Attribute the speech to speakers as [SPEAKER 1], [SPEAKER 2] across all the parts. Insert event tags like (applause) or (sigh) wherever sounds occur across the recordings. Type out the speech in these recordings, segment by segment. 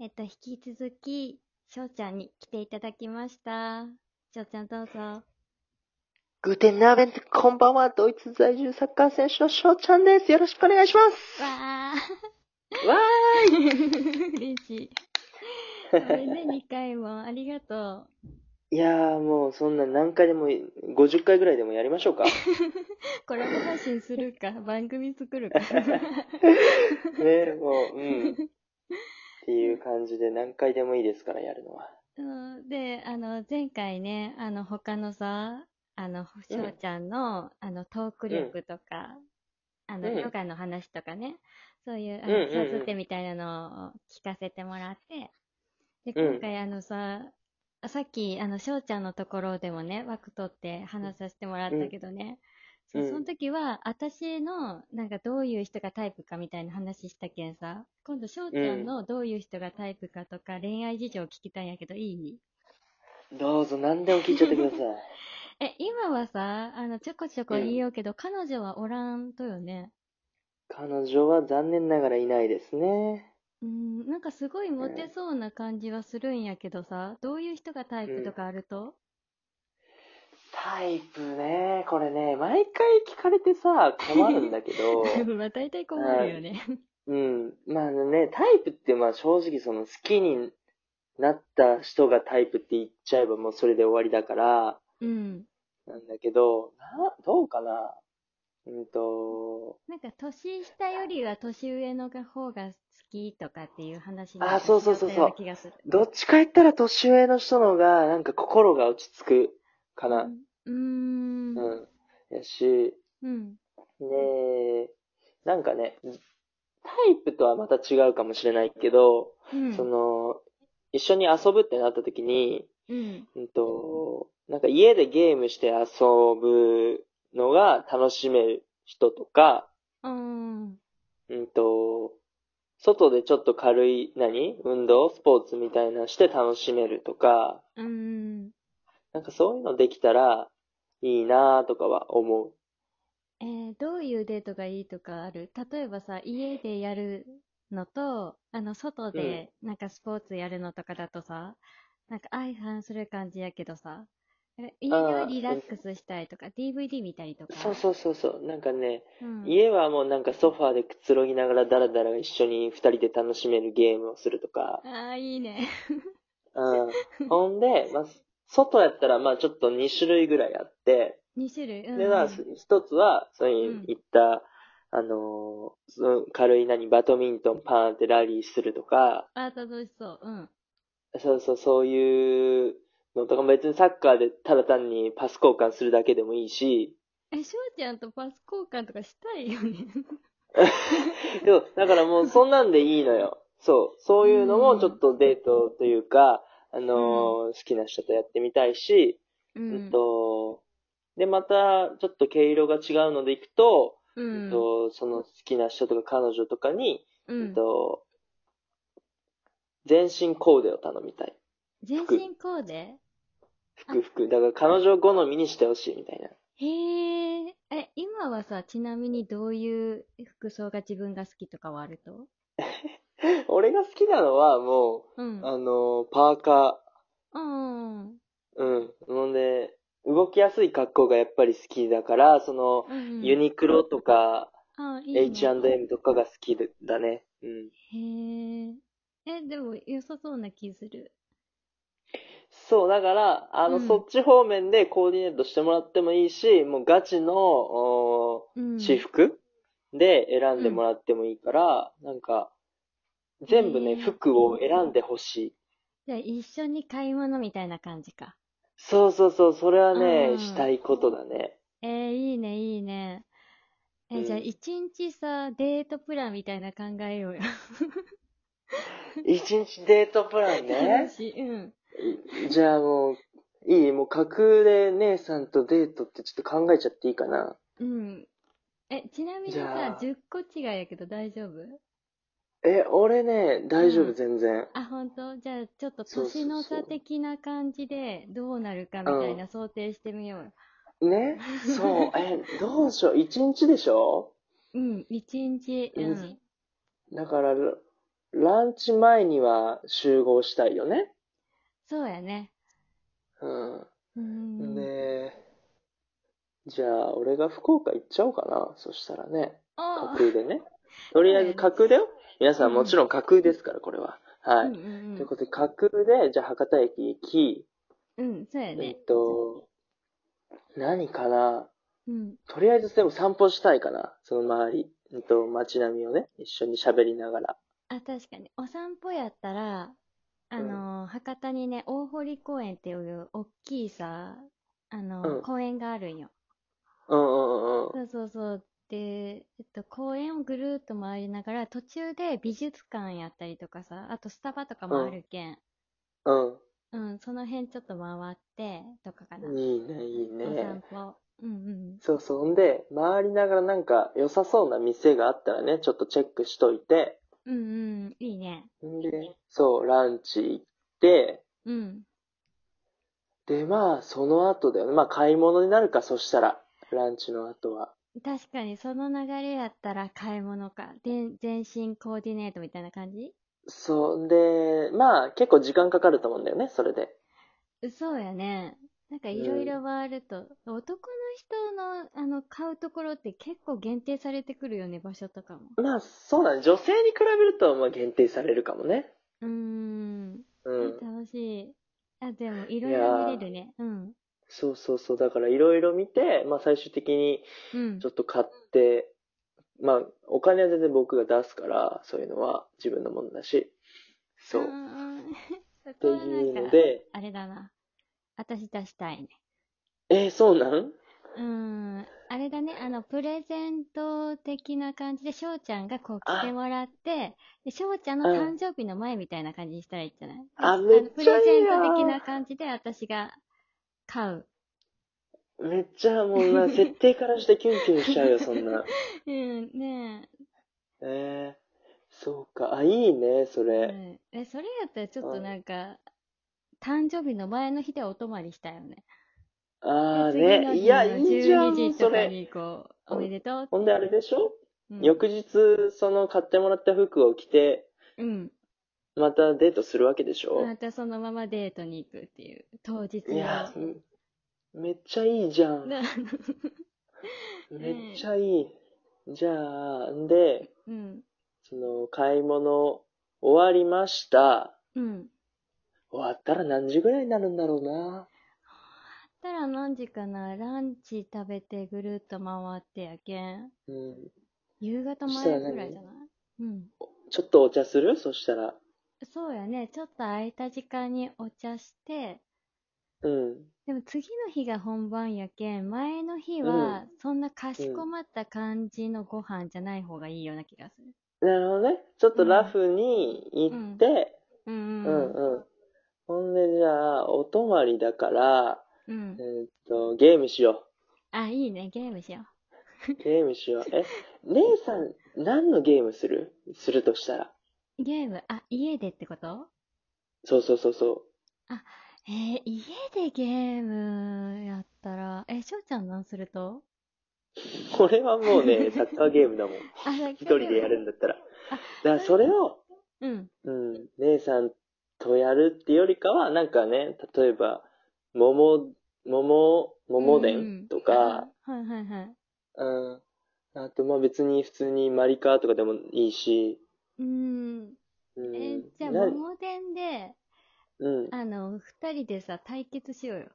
[SPEAKER 1] えっと、引き続き、翔ちゃんに来ていただきました。翔ちゃんどうぞ。
[SPEAKER 2] グーテンナーベント、こんばんは。ドイツ在住サッカー選手の翔ちゃんです。よろしくお願いします。
[SPEAKER 1] わ
[SPEAKER 2] わ
[SPEAKER 1] ー嬉しい。ごめんね、2回も。ありがとう。
[SPEAKER 2] ーいやーもうそんな何回でもいい、50回ぐらいでもやりまし (laughs) ょうか。ね
[SPEAKER 1] コラボ配信するか、番組作るか。
[SPEAKER 2] もう、うん。っていう感じで何回でもいいですから、やるのは。
[SPEAKER 1] うんで、あの、前回ね、あの、他のさ、あの、しょうちゃんの、あの、トーク力とか、あの、
[SPEAKER 2] うん
[SPEAKER 1] ヨガの話とかね、そういう、あ
[SPEAKER 2] うんうんう
[SPEAKER 1] の、
[SPEAKER 2] ん
[SPEAKER 1] キャステみたいなのを聞かせてもらって、で、
[SPEAKER 2] うん
[SPEAKER 1] 今回あのさ、さっき、あの、しょうちゃんのところでもね、枠取って話させてもらったけどね、
[SPEAKER 2] うん
[SPEAKER 1] そう
[SPEAKER 2] うん
[SPEAKER 1] その時は、私の、なんかどういう人がタイプかみたいな話したけんさ、今度、しょうちゃんのどういう人がタイプかとか、恋愛事情聞きたいんやけど、いい
[SPEAKER 2] どうぞ何でも聞いちゃってくだ (laughs) さい。
[SPEAKER 1] え、今はさ、あの、ちょこちょこ言いようけど、彼女はおらんとよね。
[SPEAKER 2] 彼女は残念ながらいないですね。
[SPEAKER 1] うん、なんかすごいモテそうな感じはするんやけどさ、どういう人がタイプとかあると、
[SPEAKER 2] タイプね、これね、毎回聞かれてさ、困るんだけ (laughs) ど。
[SPEAKER 1] (laughs) まあ大体困るよね。
[SPEAKER 2] うん。まあね、タイプってまあ正直その好きになった人がタイプって言っちゃえばもうそれで終わりだから、
[SPEAKER 1] うん。
[SPEAKER 2] なんだけど、な、どうかなうんと、
[SPEAKER 1] なんか年下よりは年上の方が好きとかっていう話に
[SPEAKER 2] あそうそうそう
[SPEAKER 1] なっ
[SPEAKER 2] そう
[SPEAKER 1] たような気がする。
[SPEAKER 2] どっちか言ったら年上の人のがなんか心が落ち着くか
[SPEAKER 1] う
[SPEAKER 2] な。
[SPEAKER 1] ん。
[SPEAKER 2] う。
[SPEAKER 1] うん
[SPEAKER 2] やし、
[SPEAKER 1] うん。
[SPEAKER 2] ねえ、なんかね、タイプとはまた違うかもしれないけど、
[SPEAKER 1] うん。
[SPEAKER 2] その、一緒に遊ぶってなった時に、
[SPEAKER 1] うん。
[SPEAKER 2] うんと、なんか家でゲームして遊ぶのが楽しめる人とか、
[SPEAKER 1] うん。
[SPEAKER 2] うんと、外でちょっと軽い、何運動スポーツみたいなして楽しめるとか、
[SPEAKER 1] うん。
[SPEAKER 2] なんかそういうのできたらいいなとかは思う。
[SPEAKER 1] えー、どういうデートがいいとかある例えばさ、家でやるのと、あの、外で、なんかスポーツやるのとかだとさ、なんか相反する感じやけどさ、え家ではリラックスしたいとか、DVD 見たりとか。
[SPEAKER 2] そうそうそうそう。なんかね、
[SPEAKER 1] うん。
[SPEAKER 2] 家はもうなんかソファーでくつろぎながらダラダラ一緒に二人で楽しめるゲームをするとか。
[SPEAKER 1] ああ、いいね。 (laughs)
[SPEAKER 2] うん。 (laughs) ほんで、まあ、外やったらまあちょっと2種類ぐらいあって、
[SPEAKER 1] 2種類。うん、
[SPEAKER 2] で、まあ、す一つは、そう
[SPEAKER 1] う
[SPEAKER 2] い
[SPEAKER 1] ん
[SPEAKER 2] 言った、あのーその軽い何、バドミントンパーンってラリーするとか、
[SPEAKER 1] あー、楽しそう。うん。
[SPEAKER 2] そうそう、そういうのとか、別にサッカーでただ単にパス交換するだけでもいいし、
[SPEAKER 1] え、翔ちゃんとパス交換とかしたいよね。 (laughs)
[SPEAKER 2] でも、だからもうそんなんでいいのよ。そう、そういうのもちょっとデートというか、あのー好きな人とやってみたいし、
[SPEAKER 1] う
[SPEAKER 2] うん
[SPEAKER 1] ん。
[SPEAKER 2] と、で、また、ちょっと毛色が違うのでいくと、
[SPEAKER 1] う
[SPEAKER 2] うん
[SPEAKER 1] ん。
[SPEAKER 2] と、その好きな人とか彼女とかに、
[SPEAKER 1] う
[SPEAKER 2] うん
[SPEAKER 1] ん。
[SPEAKER 2] と、全身コーデを頼みたい。
[SPEAKER 1] 全身コーデ
[SPEAKER 2] 服、服。だから彼女好みにしてほしいみたいな。
[SPEAKER 1] へえ、え、今はさ、ちなみにどういう服装が自分が好きとかはあると
[SPEAKER 2] 俺が好きなのはも
[SPEAKER 1] うん。
[SPEAKER 2] う、あの、パーカ
[SPEAKER 1] うん。うん
[SPEAKER 2] ー。うん。ほんで、動きやすい格好がやっぱり好きだから、その、
[SPEAKER 1] うん。
[SPEAKER 2] ユニクロとか、
[SPEAKER 1] あ、いいね。
[SPEAKER 2] H&M とかが好きだね。うん。
[SPEAKER 1] へえ。え、でも良さそうな気する。
[SPEAKER 2] そう、だから、あの、
[SPEAKER 1] うん
[SPEAKER 2] そっち方面でコーディネートしてもらってもいいし、もうガチの、おー
[SPEAKER 1] うん。
[SPEAKER 2] 私服で選んでもらってもいいから、なんか、全部
[SPEAKER 1] へ
[SPEAKER 2] ね、
[SPEAKER 1] ー
[SPEAKER 2] 服を選んでほしい。
[SPEAKER 1] じゃあ一緒に買い物みたいな感じか。
[SPEAKER 2] そうそうそう、それは
[SPEAKER 1] う
[SPEAKER 2] ね、
[SPEAKER 1] ん
[SPEAKER 2] したいこと
[SPEAKER 1] (laughs)
[SPEAKER 2] だね。
[SPEAKER 1] えー、いいね、いいね。
[SPEAKER 2] う
[SPEAKER 1] え、
[SPEAKER 2] ん
[SPEAKER 1] じゃあ一日さ、デートプランみたいな考えようよ。 (laughs)
[SPEAKER 2] 一日デートプランね
[SPEAKER 1] (laughs) 楽。しい。うん。
[SPEAKER 2] じゃあもう、いいもう架空で姉さんとデートってちょっと考えちゃっていいかな。
[SPEAKER 1] うん。え、ちなみに
[SPEAKER 2] じゃ
[SPEAKER 1] さ、
[SPEAKER 2] あ
[SPEAKER 1] 10個違いやけど大丈夫
[SPEAKER 2] え、俺ね、大丈
[SPEAKER 1] う
[SPEAKER 2] 夫、
[SPEAKER 1] ん
[SPEAKER 2] 全然。
[SPEAKER 1] あ、本当じゃあ、ちょっと
[SPEAKER 2] そうそうそう
[SPEAKER 1] 年の差的な感じで、どうなるかみたいな想定してみようよ。
[SPEAKER 2] ね
[SPEAKER 1] (laughs)
[SPEAKER 2] そう、え、どうしよう、一日でしょ
[SPEAKER 1] うん、一日。う
[SPEAKER 2] うん
[SPEAKER 1] ん。
[SPEAKER 2] だから、ランチ前には集合したいよね。
[SPEAKER 1] そうやね。
[SPEAKER 2] うん。
[SPEAKER 1] うーん。
[SPEAKER 2] ねえ。じゃあ、俺が福岡行っちゃおうかな。そしたらね。
[SPEAKER 1] あ
[SPEAKER 2] 架
[SPEAKER 1] あ。
[SPEAKER 2] 空でね。とりあえず架空だよ。皆さんもちろん架空ですから、これは。は
[SPEAKER 1] うん
[SPEAKER 2] い。
[SPEAKER 1] うん
[SPEAKER 2] ということで、架空で、じゃあ博多駅行き、
[SPEAKER 1] うん。うん、そうや
[SPEAKER 2] え
[SPEAKER 1] ね
[SPEAKER 2] っ。と、何かな
[SPEAKER 1] うん。
[SPEAKER 2] とりあえずでも散歩したいかな。その周り。えっと、街並みをね、一緒に喋りながら。
[SPEAKER 1] あ、確かに。お散歩やったら、あのー、博多にね、大堀公園っていう大きいさ、あのー、
[SPEAKER 2] うん
[SPEAKER 1] 公園があるんよ。
[SPEAKER 2] うんうんうんうん。
[SPEAKER 1] そうそうそう。で、えっと、公園をぐるーっと回りながら、途中で美術館やったりとかさ、あとスタバとかもあるけん。
[SPEAKER 2] うん。
[SPEAKER 1] うん、その辺ちょっと回って、とかかな。
[SPEAKER 2] いいね、いい
[SPEAKER 1] お
[SPEAKER 2] ね
[SPEAKER 1] 散。歩。うんうん。
[SPEAKER 2] そうそう。ほんで、回りながらなんか良さそうな店があったらね、ちょっとチェックしといて、
[SPEAKER 1] うんうん。いいね。
[SPEAKER 2] んで、そう、ランチ行って、
[SPEAKER 1] うん。
[SPEAKER 2] で、まあ、その後だよね。まあ、買い物になるか、そしたら。ランチの後は。
[SPEAKER 1] 確かに、その流れやったら買い物か。で、全身コーディネートみたいな感じ
[SPEAKER 2] そう、で、まあ、結構時間かかると思うんだよね、それで。
[SPEAKER 1] そうやね。なんかいろいろ回ると、男の人の、あの、買うところって結構限定されてくるよね、場所とかも。
[SPEAKER 2] まあ、そうだね。女性に比べると、まあ、限定されるかもね。
[SPEAKER 1] うーん。
[SPEAKER 2] うん。
[SPEAKER 1] 楽しい。あ、でも、いろいろ見れるね。うん。
[SPEAKER 2] そうそうそう。だから、いろいろ見て、まあ、最終的に、
[SPEAKER 1] うん
[SPEAKER 2] ちょ。っと買って、まあ、お金は全然僕が出すから、そういうのは自分のものだし。そう。
[SPEAKER 1] んん。 (laughs) そこ
[SPEAKER 2] と
[SPEAKER 1] はないん
[SPEAKER 2] うの
[SPEAKER 1] か、
[SPEAKER 2] で、
[SPEAKER 1] あれだな。私出したいね。
[SPEAKER 2] えーそうなん
[SPEAKER 1] うーん。あれだね、あの、プレゼント的な感じで、翔ちゃんがこう来てもらって、で、翔ちゃんの誕生日の前みたいな感じにしたらいいんじゃない
[SPEAKER 2] あ
[SPEAKER 1] の
[SPEAKER 2] めっちゃいいな
[SPEAKER 1] プレゼント的な感じで、私が買う。
[SPEAKER 2] めっちゃもうな、設定からしてキュンキュンしちゃうよ、そんな。 (laughs)
[SPEAKER 1] うん、ね
[SPEAKER 2] えー、そうか。あ、いいね、そ
[SPEAKER 1] え。う
[SPEAKER 2] れ。
[SPEAKER 1] ん、え、それやったらちょっとなんか、誕生日の前の日でお泊まりしたよね。
[SPEAKER 2] あー
[SPEAKER 1] で次の
[SPEAKER 2] ね。
[SPEAKER 1] 日
[SPEAKER 2] いや、
[SPEAKER 1] の
[SPEAKER 2] いいじゃ
[SPEAKER 1] 12
[SPEAKER 2] ん、
[SPEAKER 1] 時
[SPEAKER 2] そ
[SPEAKER 1] とか
[SPEAKER 2] れ。
[SPEAKER 1] にこう、おめでとう。
[SPEAKER 2] ほんで、あれでしょ、
[SPEAKER 1] うん、
[SPEAKER 2] 翌日、その買ってもらった服を着て、
[SPEAKER 1] うん。
[SPEAKER 2] またデートするわけでしょ、
[SPEAKER 1] またそのままデートに行くっていう、当日
[SPEAKER 2] い
[SPEAKER 1] の。
[SPEAKER 2] や、めっちゃいいじゃん。
[SPEAKER 1] な
[SPEAKER 2] めっちゃいい。じゃあ、んで、
[SPEAKER 1] (laughs) うん。
[SPEAKER 2] その、買い物終わりました。
[SPEAKER 1] うん。
[SPEAKER 2] 終わったら何時ぐらいになるんだろうな。
[SPEAKER 1] たら何時かなランチ食べてぐるっと回ってやけん。
[SPEAKER 2] うん。
[SPEAKER 1] 夕方
[SPEAKER 2] そしたら
[SPEAKER 1] 前
[SPEAKER 2] 何
[SPEAKER 1] ぐらいじゃないうん。
[SPEAKER 2] ちょっとお茶するそしたら。
[SPEAKER 1] そうやね。ちょっと空いた時間にお茶して、
[SPEAKER 2] うん。
[SPEAKER 1] でも次の日が本番やけん、前の日はそんなかしこまった感じのご飯じゃない方がいいような気がする。
[SPEAKER 2] なるほどね。ちょっとラフに行って、
[SPEAKER 1] う
[SPEAKER 2] うんん、
[SPEAKER 1] う
[SPEAKER 2] うん
[SPEAKER 1] ん。
[SPEAKER 2] うんほんで、じゃあ、お泊まりだから、
[SPEAKER 1] うん
[SPEAKER 2] え。ーっと、ゲームしよ
[SPEAKER 1] あ、いいね。ゲームしよ
[SPEAKER 2] (laughs) う。ゲームしよう。え、姉さん、何のゲームするするとしたら。
[SPEAKER 1] う。ゲーム、あ、家でってこと
[SPEAKER 2] そうそうそうそ
[SPEAKER 1] えー、家でゲームやったら、え、翔ちゃんなんすると
[SPEAKER 2] う。これはもうね、サッカーゲームだもん。
[SPEAKER 1] あ、一
[SPEAKER 2] 一人でやるんだったら。
[SPEAKER 1] あ
[SPEAKER 2] だからそれを、
[SPEAKER 1] うん。
[SPEAKER 2] うん、姉さんとやるってよりかは、なんかね、例えば、桃、桃、桃伝とか、
[SPEAKER 1] うんうん。はいはいはい。
[SPEAKER 2] うん、あと、まあ別に普通にマリカーとかでもいいし、
[SPEAKER 1] うーん。
[SPEAKER 2] うん、
[SPEAKER 1] えーじゃあ、
[SPEAKER 2] な
[SPEAKER 1] 桃伝で、
[SPEAKER 2] う
[SPEAKER 1] あの、二人でさ、対決しようよ。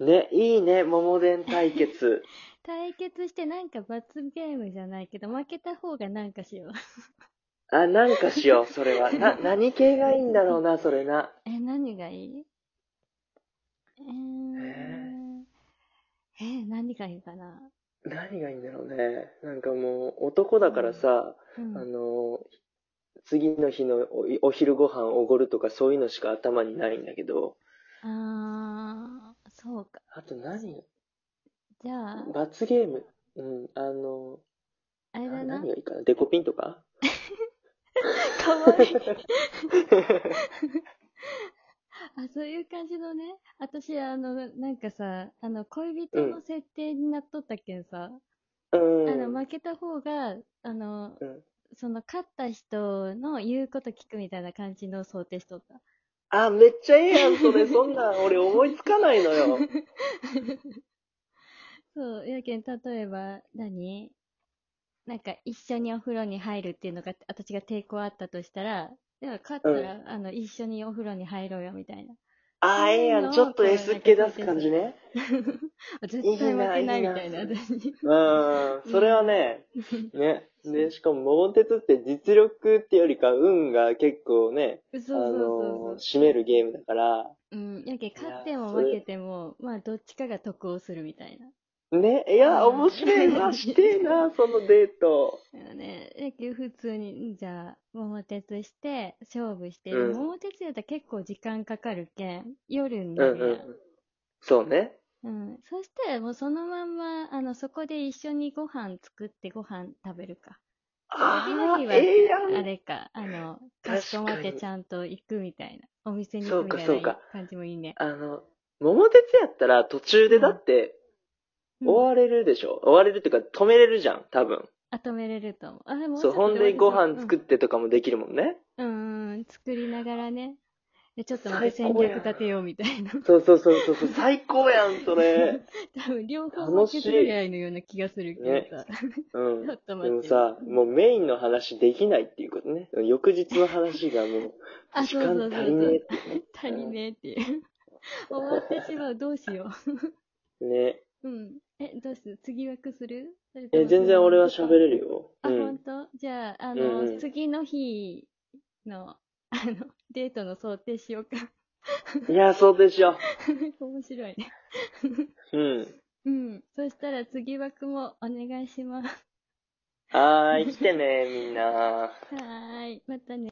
[SPEAKER 2] ん。ね、いいね、桃伝対
[SPEAKER 1] (laughs)
[SPEAKER 2] 決。
[SPEAKER 1] 対決して、なんか罰ゲームじゃないけど、負けた方がなんかしよう。 (laughs)
[SPEAKER 2] あ、なんかしよう、それは。な、何系がいいんだろうな、それな。
[SPEAKER 1] え、何がいいえ
[SPEAKER 2] え
[SPEAKER 1] ー、えー、何がいいかな。
[SPEAKER 2] 何がいいんだろうね。なんかもう、男だからさ、
[SPEAKER 1] う
[SPEAKER 2] あ
[SPEAKER 1] ん。
[SPEAKER 2] の、次の日のおお昼ご飯おごるとかそういうのしか頭にないんだけど、
[SPEAKER 1] あー、そうか。
[SPEAKER 2] あと何
[SPEAKER 1] じゃあ、
[SPEAKER 2] 罰ゲーム。うん、あの、
[SPEAKER 1] あ
[SPEAKER 2] あ
[SPEAKER 1] れだな
[SPEAKER 2] 何。がいいかなデコピンとか
[SPEAKER 1] かわいい。 (laughs) あ、そういう感じのね。私、あの、なんかさ、あの、恋人の設定になっとったけんさ、
[SPEAKER 2] う
[SPEAKER 1] あの、
[SPEAKER 2] ん。
[SPEAKER 1] 負けた方が、あの、
[SPEAKER 2] うん
[SPEAKER 1] その勝った人の言うこと聞くみたいな感じの想定しとった。
[SPEAKER 2] あ、めっちゃええやん、それ。 (laughs) そんなん、俺思いつかないの
[SPEAKER 1] (laughs)
[SPEAKER 2] よ。
[SPEAKER 1] そう、やけん、例えば何、なんか一緒にお風呂に入るっていうのが、私が抵抗あったとしたら、では勝ったら、あの、一緒にお風呂に入ろうよみたいな。
[SPEAKER 2] あー、ええやん。ちょっと S っ気出す感じね。
[SPEAKER 1] (laughs) 絶対負けない
[SPEAKER 2] いい
[SPEAKER 1] み
[SPEAKER 2] な
[SPEAKER 1] た
[SPEAKER 2] い
[SPEAKER 1] い
[SPEAKER 2] い
[SPEAKER 1] な、 (laughs)
[SPEAKER 2] な
[SPEAKER 1] 私。
[SPEAKER 2] うん。それはね、ね。で、しかも、桃鉄って実力ってよりか、運が結構ね、
[SPEAKER 1] そう
[SPEAKER 2] あ
[SPEAKER 1] そうそ
[SPEAKER 2] の
[SPEAKER 1] うそ
[SPEAKER 2] 占めるゲームだから、
[SPEAKER 1] う。うん、やけん、
[SPEAKER 2] いや
[SPEAKER 1] 勝っても
[SPEAKER 2] それ
[SPEAKER 1] 負けても、まあ、どっちかが得をするみたいな。
[SPEAKER 2] ね、いや、
[SPEAKER 1] うん
[SPEAKER 2] 面白いわ、してえ (laughs) な、そのデート。
[SPEAKER 1] だよね、野球普通に、じゃあ、桃鉄して、勝負して、
[SPEAKER 2] うん
[SPEAKER 1] 桃鉄やったら結構時間かかるけん、夜に
[SPEAKER 2] う
[SPEAKER 1] なんる
[SPEAKER 2] う
[SPEAKER 1] やん。
[SPEAKER 2] ん。そうね。
[SPEAKER 1] うん。そしたらもうそのまんま、あの、そこで一緒にご飯作ってご飯食べるか。
[SPEAKER 2] あ
[SPEAKER 1] 時々
[SPEAKER 2] ー、
[SPEAKER 1] は
[SPEAKER 2] ええや
[SPEAKER 1] あ
[SPEAKER 2] ん。
[SPEAKER 1] れか、あの、
[SPEAKER 2] 確かに
[SPEAKER 1] かしこまってちゃんと行くみたいな。お店に行くみたい
[SPEAKER 2] そうかそ
[SPEAKER 1] な
[SPEAKER 2] うか
[SPEAKER 1] 感じもいいね。
[SPEAKER 2] あの、桃鉄やったら途中でだって、
[SPEAKER 1] うん
[SPEAKER 2] 終われるでしょ、終われるっていうか止めれるじゃん、多分。
[SPEAKER 1] あ、止めれると思う。あ、でも
[SPEAKER 2] そう、ほんでご飯作
[SPEAKER 1] っ
[SPEAKER 2] ってとかもできるもんね。
[SPEAKER 1] うん、うんうん、作りながらね。でちょっと待って
[SPEAKER 2] 最
[SPEAKER 1] 戦
[SPEAKER 2] 高やん
[SPEAKER 1] 略立てようみたいな。
[SPEAKER 2] そうそうそうそうそう、最高やん、
[SPEAKER 1] (laughs)
[SPEAKER 2] それ。
[SPEAKER 1] 多分両方
[SPEAKER 2] 楽
[SPEAKER 1] 負
[SPEAKER 2] しい
[SPEAKER 1] けず嫌いのような気がするけどさ。
[SPEAKER 2] うん。
[SPEAKER 1] ちょ
[SPEAKER 2] で
[SPEAKER 1] っと待っ
[SPEAKER 2] も
[SPEAKER 1] て。
[SPEAKER 2] さ、もうメインの話できないっていうことね。翌日の話がもう、
[SPEAKER 1] (laughs) あ、
[SPEAKER 2] 時
[SPEAKER 1] そうそ
[SPEAKER 2] 間
[SPEAKER 1] うそう
[SPEAKER 2] 足
[SPEAKER 1] そ
[SPEAKER 2] りね
[SPEAKER 1] う
[SPEAKER 2] えっ。てね
[SPEAKER 1] 足りねえっていう。終わってしまう、どうしよう。
[SPEAKER 2] ね。
[SPEAKER 1] うん。え、どうする次枠するそれとも
[SPEAKER 2] え、全然俺は喋れ
[SPEAKER 1] る。
[SPEAKER 2] るよ。
[SPEAKER 1] あ、
[SPEAKER 2] う
[SPEAKER 1] ほん
[SPEAKER 2] ん。
[SPEAKER 1] とじゃあ、あの、
[SPEAKER 2] うんうん
[SPEAKER 1] 次の日の、あの、デートの想定しようか。 (laughs)
[SPEAKER 2] いや、そうでしょ。
[SPEAKER 1] 面白いね。
[SPEAKER 2] うん。
[SPEAKER 1] うん。そしたら次枠もお願いします。
[SPEAKER 2] はーい、来てね、みんな。
[SPEAKER 1] はーい。またね。